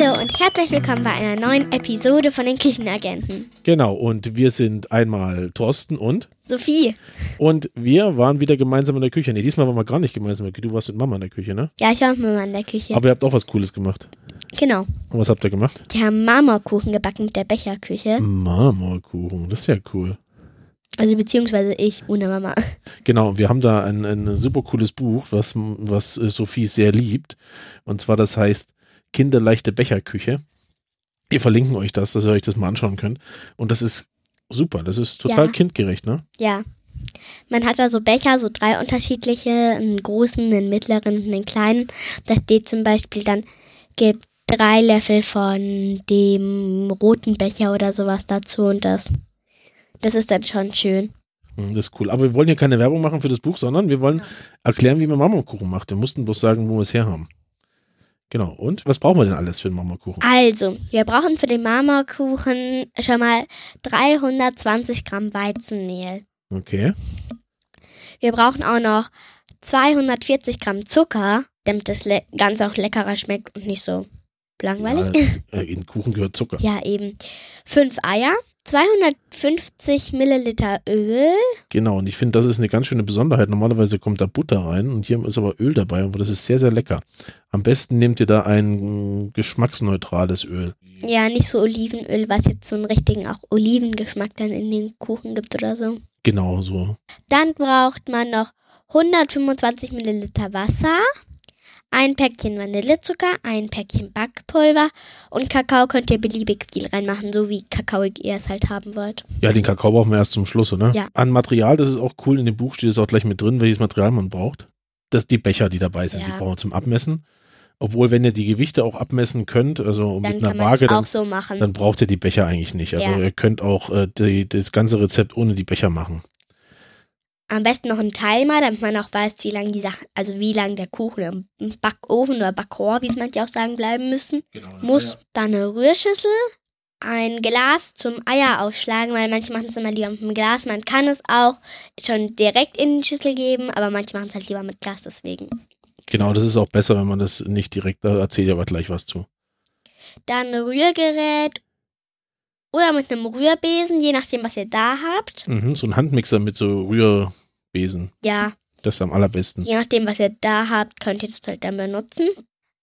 herzlich willkommen bei einer neuen Episode von den Küchenagenten. Genau, und wir sind einmal Thorsten und Sophie. und wir waren wieder gemeinsam in der Küche. Nee, diesmal waren wir gar nicht gemeinsam in der Küche. Du warst mit Mama in der Küche, ne? Ja, ich war mit Mama in der Küche. Aber ihr habt auch was Cooles gemacht. genau. Und was habt ihr gemacht? Die haben Marmorkuchen gebacken mit der Hm. Becherküche. Marmorkuchen, das ist ja cool. Also beziehungsweise ich ohne Mama. Genau, wir haben da ein, ein super cooles Buch, was, was äh, Sophie sehr liebt. Und zwar das heißt Kinderleichte Becherküche. Wir verlinken euch das, dass ihr euch das mal anschauen könnt. Und das ist super, das ist total Ja. kindgerecht, ne? Ja. Man hat da so Becher, so drei unterschiedliche, einen großen, einen mittleren und einen kleinen. Da steht zum Beispiel dann, gibt drei Löffel von dem roten Becher oder sowas dazu und das. Das ist dann schon schön. Hm, Das ist cool. Aber wir wollen hier keine Werbung machen für das Buch, sondern wir wollen erklären, wie man Marmorkuchen macht. Wir mussten bloß sagen, wo wir es herhaben. Genau. Und was brauchen wir denn alles für einen Marmorkuchen? Also, wir brauchen für den Marmorkuchen schon mal 320 Gramm Weizenmehl. Okay. Wir brauchen auch noch 240 Gramm Zucker, damit das Le Ganze auch leckerer schmeckt und nicht so langweilig. Ja, äh, in Kuchen gehört Zucker. Ja, eben. Fünf Eier, 250 Milliliter Öl. Genau. Und ich finde, das ist eine ganz schöne Besonderheit. Normalerweise kommt da Butter rein und hier ist aber Öl dabei. Aber das ist sehr, sehr lecker. Am besten nehmt ihr da ein mh, geschmacksneutrales Öl. Ja, nicht so Olivenöl, was jetzt so einen richtigen auch Olivengeschmack dann in den Kuchen gibt oder so. Genau so. Dann braucht man noch 125 Milliliter Wasser, ein Päckchen Vanillezucker, ein Päckchen Backpulver und Kakao könnt ihr beliebig viel reinmachen, so wie kakaoig ihr es halt haben wollt. Ja, den Kakao brauchen wir erst zum Schluss, oder? Ja. An Material, das ist auch cool. In dem Buch steht es auch gleich mit drin, welches Material man braucht. Das die Becher, die dabei sind, die Ja. brauchen wir zum Abmessen. Obwohl, wenn ihr die Gewichte auch abmessen könnt, also Dann mit einer kann man es Waage, auch dann, so machen. dann braucht ihr die Becher eigentlich nicht. Also Ja. ihr könnt auch äh, die, das ganze Rezept ohne die Becher machen. Am besten noch einen Timer, damit man auch weiß, wie lange die Sachen, also wie lange der Kuchen im Backofen oder Backrohr, wie es manche auch sagen, bleiben müssen. Muss dann eine Rührschüssel, ein Glas zum Eier aufschlagen, weil manche machen es immer lieber mit dem Glas. Man kann es auch schon direkt in die Schüssel geben, aber manche machen es halt lieber mit Glas, deswegen. Genau, das ist auch besser, wenn man das nicht direkt, da erzähle ich aber gleich was zu. Dann ein Rührgerät oder mit einem Rührbesen, je nachdem, was ihr da habt. Mhm, so ein Handmixer mit so Rührbesen, Ja, das ist am allerbesten. Je nachdem, was ihr da habt, könnt ihr das halt dann benutzen.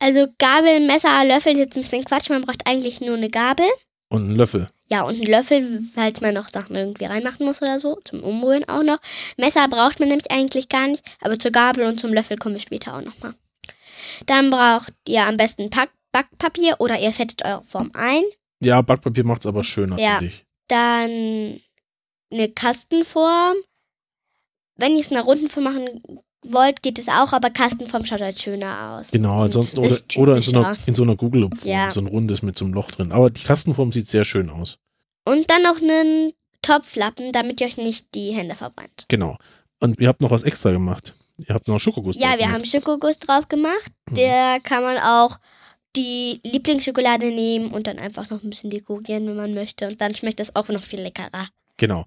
Also Gabel, Messer, Löffel ist jetzt ein bisschen Quatsch. Man braucht eigentlich nur eine Gabel. Und einen Löffel. Ja, und einen Löffel, falls man noch Sachen irgendwie reinmachen muss oder so. Zum Umrühren auch noch. Messer braucht man nämlich eigentlich gar nicht. Aber zur Gabel und zum Löffel kommen wir später auch nochmal. Dann braucht ihr am besten Pack Backpapier oder ihr fettet eure Form ein. Ja, Backpapier macht es aber schöner, Ja. finde ich. Dann eine Kastenform. Wenn ihr es in einer runden Form machen wollt, geht es auch, aber Kastenform schaut halt schöner aus. Genau, Und ansonsten oder, ist oder in so einer, typischer. in so einer Google-Form, Ja. so ein rundes mit so einem Loch drin. Aber die Kastenform sieht sehr schön aus. Und dann noch einen Topflappen, damit ihr euch nicht die Hände verbrennt. Genau. Und ihr habt noch was extra gemacht. Ihr habt noch Schokoguss Ja, drauf wir gemacht. haben Schokoguss drauf gemacht. Mhm. Der kann man auch die Lieblingsschokolade nehmen und dann einfach noch ein bisschen dekorieren, wenn man möchte. Und dann schmeckt das auch noch viel leckerer. Genau.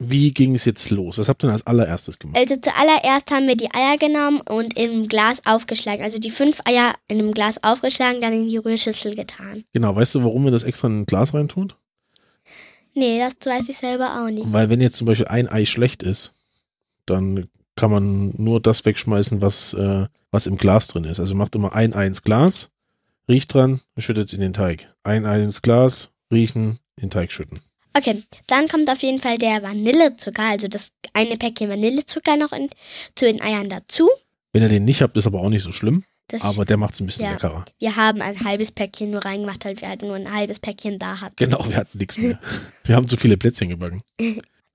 Wie ging es jetzt los? Was habt ihr denn als allererstes gemacht? Also zuallererst haben wir die Eier genommen und im Glas aufgeschlagen. Also die fünf Eier in einem Glas aufgeschlagen, dann in die Rührschüssel getan. Genau, weißt du, warum wir das extra in ein Glas reintun? Nee, das weiß ich selber auch nicht. Weil wenn jetzt zum Beispiel ein Ei schlecht ist, dann kann man nur das wegschmeißen, was, äh, was im Glas drin ist. Also macht immer ein Ei ins Glas, riecht dran, schüttet es in den Teig. Ein Ei ins Glas, riechen, in den Teig schütten. Okay, dann kommt auf jeden Fall der Vanillezucker, also das eine Päckchen Vanillezucker noch in, zu den Eiern dazu. Wenn ihr den nicht habt, ist aber auch nicht so schlimm, Das aber der macht es ein bisschen Ja. leckerer. Wir haben ein halbes Päckchen nur reingemacht, weil wir halt nur ein halbes Päckchen da hatten. Genau, wir hatten nichts mehr. Wir haben zu viele Plätzchen gebacken.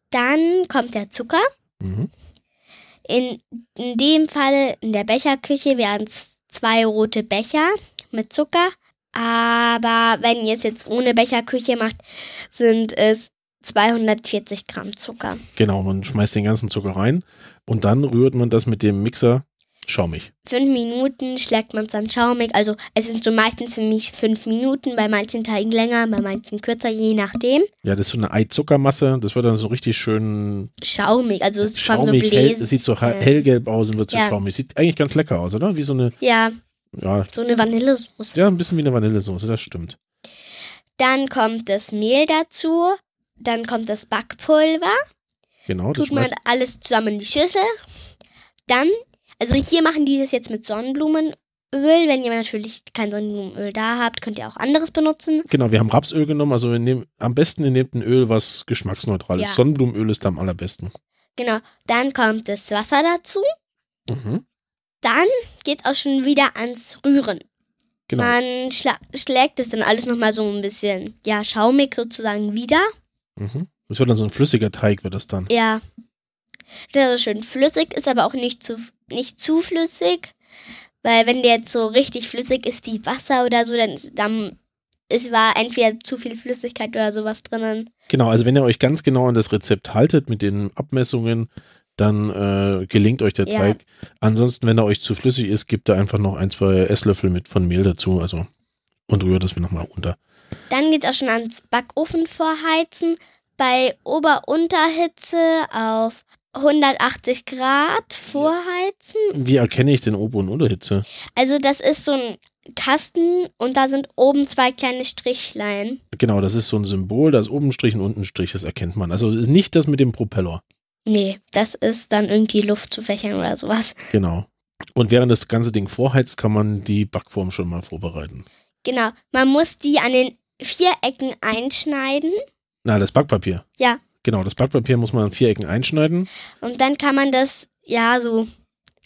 Dann kommt der Zucker. Mhm. In, in dem Fall in der Becherküche wären es zwei rote Becher mit Zucker. Aber wenn ihr es jetzt ohne Becherküche macht, sind es 240 Gramm Zucker. Genau, man schmeißt den ganzen Zucker rein und dann rührt man das mit dem Mixer schaumig. Fünf Minuten schlägt man es dann schaumig. Also es sind so meistens für mich fünf Minuten, bei manchen Teigen länger, bei manchen kürzer, je nachdem. Ja, das ist so eine Eizuckermasse, das wird dann so richtig schön Schaumig, also es kommen so schaumig, hell, Bläschen. das sieht so he- Ja. hellgelb aus und wird so Ja. schaumig. Sieht eigentlich ganz lecker aus, oder? Wie so eine, Ja, ja, so eine Vanillesoße. ja, ein bisschen wie eine Vanillesoße, das stimmt. Dann kommt das Mehl dazu. Dann kommt das Backpulver. Genau, das Tut man schmeißt, alles zusammen in die Schüssel. Dann, also hier machen die das jetzt mit Sonnenblumenöl. Wenn ihr natürlich kein Sonnenblumenöl da habt, könnt ihr auch anderes benutzen. genau, wir haben Rapsöl genommen, also wir nehmen, am besten ihr nehmt ein Öl, was geschmacksneutral Ja. ist. Sonnenblumenöl ist da am allerbesten. Genau. Dann kommt das Wasser dazu. Mhm. Dann geht's auch schon wieder ans Rühren. Genau. Man schla schlägt es dann alles nochmal so ein bisschen, ja, schaumig sozusagen wieder. Mhm. Das wird dann so ein flüssiger Teig, wird das dann. Ja. Der so schön flüssig ist, aber auch nicht zu, nicht zu flüssig. Weil wenn der jetzt so richtig flüssig ist wie Wasser oder so, dann, ist- dann es war entweder zu viel Flüssigkeit oder sowas drinnen. Genau, also wenn ihr euch ganz genau an das Rezept haltet mit den Abmessungen, dann äh, gelingt euch der Ja. Teig. Ansonsten, wenn er euch zu flüssig ist, gebt da einfach noch ein, zwei Esslöffel mit von Mehl dazu, also und rührt das nochmal unter. Dann geht's auch schon ans Backofen vorheizen. Bei Ober-Unterhitze auf 180 Grad vorheizen. Wie erkenne ich den Ober- und Unterhitze? Also das ist so ein Kasten und da sind oben zwei kleine Strichlein. Genau, das ist so ein Symbol, da ist oben ein Strich und unten ein Strich, das erkennt man. Also es ist nicht das mit dem Propeller. Nee, das ist dann irgendwie Luft zu fächern oder sowas. Genau. Und während das ganze Ding vorheizt, kann man die Backform schon mal vorbereiten. Genau, man muss die an den vier Ecken einschneiden Na, das Backpapier. Ja. Genau, das Backpapier muss man an Vierecken einschneiden. und dann kann man das ja so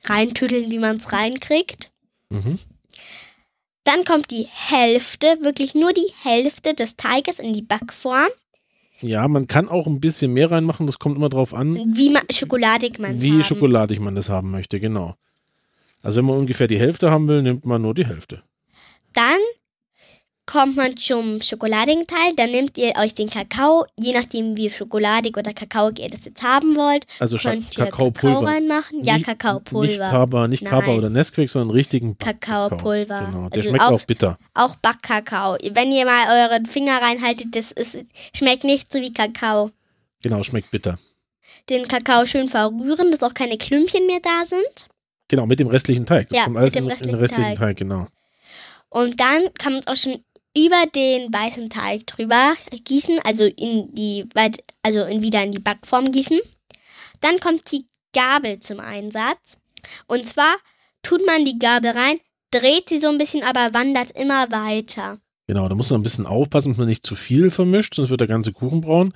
reintüdeln, wie man es reinkriegt. Mhm. Dann kommt die Hälfte, wirklich nur die Hälfte des Teiges in die Backform, Ja, man kann auch ein bisschen mehr reinmachen, das kommt immer drauf an, wie ma schokoladig man wie schokoladig man das haben möchte, genau. Also wenn man ungefähr die Hälfte haben will, nimmt man nur die Hälfte. Dann kommt man zum schokoladigen Teil. Dann nehmt ihr euch den Kakao, je nachdem wie schokoladig oder Kakao ihr das jetzt haben wollt. Also Scha- Könnt ihr Kakao Kakaopulver. reinmachen? Ja, Nicht- Nicht Kakaopulver. Kaba, nicht Kaba Nein. oder Nesquik, sondern richtigen Kakaopulver. Genau, der Also schmeckt auch- auch bitter. Auch Backkakao. Wenn ihr mal euren Finger reinhaltet, das ist, schmeckt nicht so wie Kakao. Genau, schmeckt bitter. Den Kakao schön verrühren, dass auch keine Klümpchen mehr da sind. Genau, mit dem restlichen Teig. Das Ja, kommt alles mit dem in, in den restlichen restlichen Teig, Teig. genau. Und dann kann man es auch schon über den weißen Teig drüber gießen, also in die weit- also in, wieder in die Backform gießen. Dann kommt die Gabel zum Einsatz. Und zwar tut man die Gabel rein, dreht sie so ein bisschen, aber wandert immer weiter. Genau, da muss man ein bisschen aufpassen, dass man nicht zu viel vermischt, sonst wird der ganze Kuchen braun.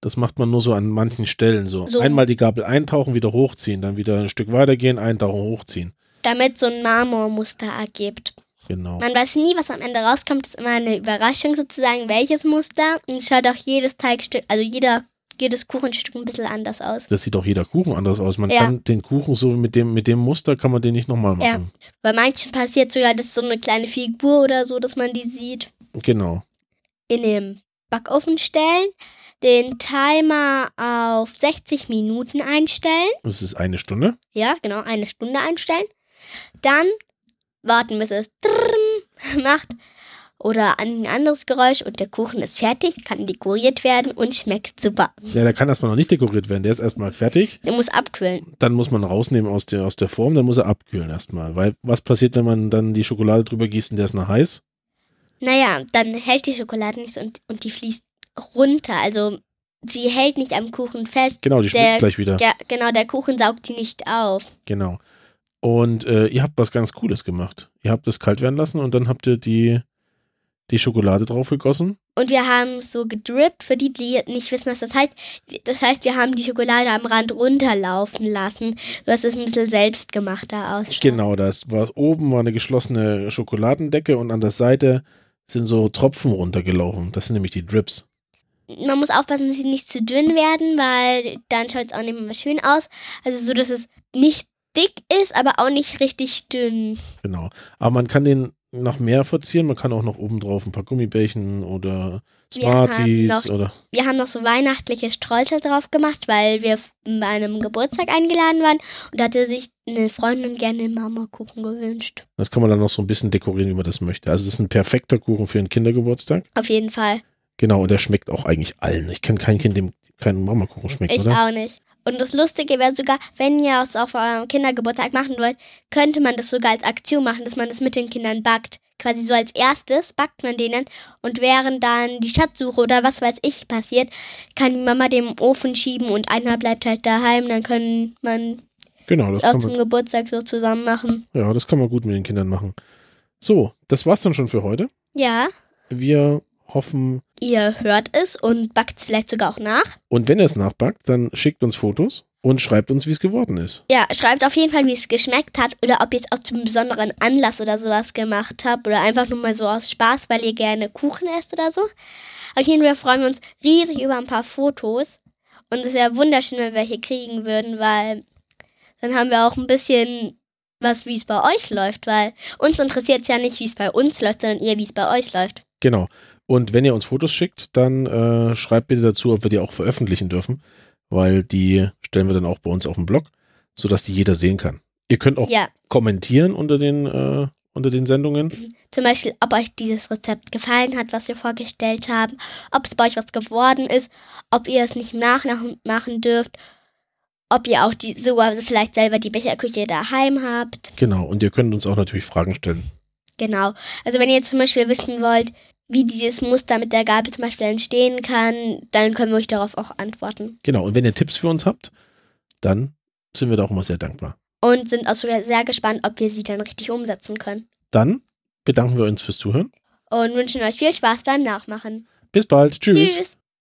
Das macht man nur so an manchen Stellen so. So. Einmal die Gabel eintauchen, wieder hochziehen, dann wieder ein Stück weitergehen, eintauchen, hochziehen. Damit so ein Marmormuster ergibt. Genau. Man weiß nie, was am Ende rauskommt. Ist immer eine Überraschung sozusagen, welches Muster. Und schaut auch jedes Teigstück, also jeder, jedes Kuchenstück ein bisschen anders aus. Das sieht auch jeder Kuchen anders aus. Man Ja. kann den Kuchen so mit dem, mit dem Muster kann man den nicht nochmal Ja. machen. Bei manchen passiert sogar, dass so eine kleine Figur oder so, dass man die sieht. Genau. In dem Backofen stellen, den Timer auf 60 Minuten einstellen. Das ist eine Stunde. Ja, genau, eine Stunde einstellen. Dann warten, bis es drrrm macht oder ein anderes Geräusch und der Kuchen ist fertig, kann dekoriert werden und schmeckt super. Ja, der kann erstmal noch nicht dekoriert werden. Der ist erstmal fertig. Der muss abquillen. Dann muss man rausnehmen aus der, aus der Form. Dann muss er abkühlen erstmal. Weil was passiert, wenn man dann die Schokolade drüber gießt und der ist noch heiß? Naja, dann hält die Schokolade nicht und, und die fließt runter. Also sie hält nicht am Kuchen fest. Genau, die schmilzt Der- gleich wieder. Ge- genau, der Kuchen saugt sie nicht auf. Genau. Und äh, ihr habt was ganz Cooles gemacht. Ihr habt es kalt werden lassen und dann habt ihr die, die Schokolade drauf gegossen. Und wir haben so gedrippt, für die, die nicht wissen, was das heißt. Das heißt, wir haben die Schokolade am Rand runterlaufen lassen, was es ein bisschen selbst gemacht da ausschaut. Genau, das war oben war eine geschlossene Schokoladendecke und an der Seite sind so Tropfen runtergelaufen. Das sind nämlich die Drips. Man muss aufpassen, dass sie nicht zu dünn werden, weil dann schaut es auch nicht mehr schön aus. Also so, dass es nicht dick ist, aber auch nicht richtig dünn. Genau. Aber man kann den noch mehr verzieren. Man kann auch noch oben drauf ein paar Gummibärchen oder Wir haben Smarties noch- oder. wir haben noch so weihnachtliche Streusel drauf gemacht, weil wir f- bei einem Geburtstag eingeladen waren und da hatte sich eine Freundin gerne einen Marmorkuchen gewünscht. Das kann man dann noch so ein bisschen dekorieren, wie man das möchte. Also, das ist ein perfekter Kuchen für einen Kindergeburtstag. Auf jeden Fall. Genau, und der schmeckt auch eigentlich allen. Ich kenne kein Kind, dem keinen Marmorkuchen schmeckt, Ich oder? auch nicht. Und das Lustige wäre sogar, wenn ihr es auf eurem Kindergeburtstag machen wollt, könnte man das sogar als Aktion machen, dass man das mit den Kindern backt. quasi so als erstes backt man den dann und während dann die Schatzsuche oder was weiß ich passiert, kann die Mama den im Ofen schieben und einer bleibt halt daheim, dann können man Genau, das es auch kann zum man, Geburtstag so zusammen machen. ja, das kann man gut mit den Kindern machen. So, das war's dann schon für heute. Ja, Wir hoffen, ihr hört es und backt es vielleicht sogar auch nach. und wenn ihr es nachbackt, dann schickt uns Fotos und schreibt uns, wie es geworden ist. Ja, schreibt auf jeden Fall, wie es geschmeckt hat oder ob ihr es aus einem besonderen Anlass oder sowas gemacht habt oder einfach nur mal so aus Spaß, weil ihr gerne Kuchen esst oder so. Auf jeden Fall freuen wir uns riesig über ein paar Fotos und es wäre wunderschön, wenn wir welche kriegen würden, weil dann haben wir auch ein bisschen was, wie es bei euch läuft, weil uns interessiert es ja nicht, wie es bei uns läuft, sondern eher, wie es bei euch läuft. Genau. Und wenn ihr uns Fotos schickt, dann äh, schreibt bitte dazu, ob wir die auch veröffentlichen dürfen, weil die stellen wir dann auch bei uns auf dem Blog, sodass die jeder sehen kann. Ihr könnt auch Ja. kommentieren unter den, äh, unter den Sendungen. Zum Beispiel, ob euch dieses Rezept gefallen hat, was wir vorgestellt haben, ob es bei euch was geworden ist, ob ihr es nicht im Nachmachen machen dürft, ob ihr auch die, sogar vielleicht selber die Becherküche daheim habt. Genau. Und ihr könnt uns auch natürlich Fragen stellen. Genau. Also wenn ihr zum Beispiel wissen wollt, wie dieses Muster mit der Gabel zum Beispiel entstehen kann, dann können wir euch darauf auch antworten. Genau. Und wenn ihr Tipps für uns habt, dann sind wir da auch immer sehr dankbar. Und sind auch sogar sehr gespannt, ob wir sie dann richtig umsetzen können. Dann bedanken wir uns fürs Zuhören. Und wünschen euch viel Spaß beim Nachmachen. Bis bald. Tschüss. Tschüss.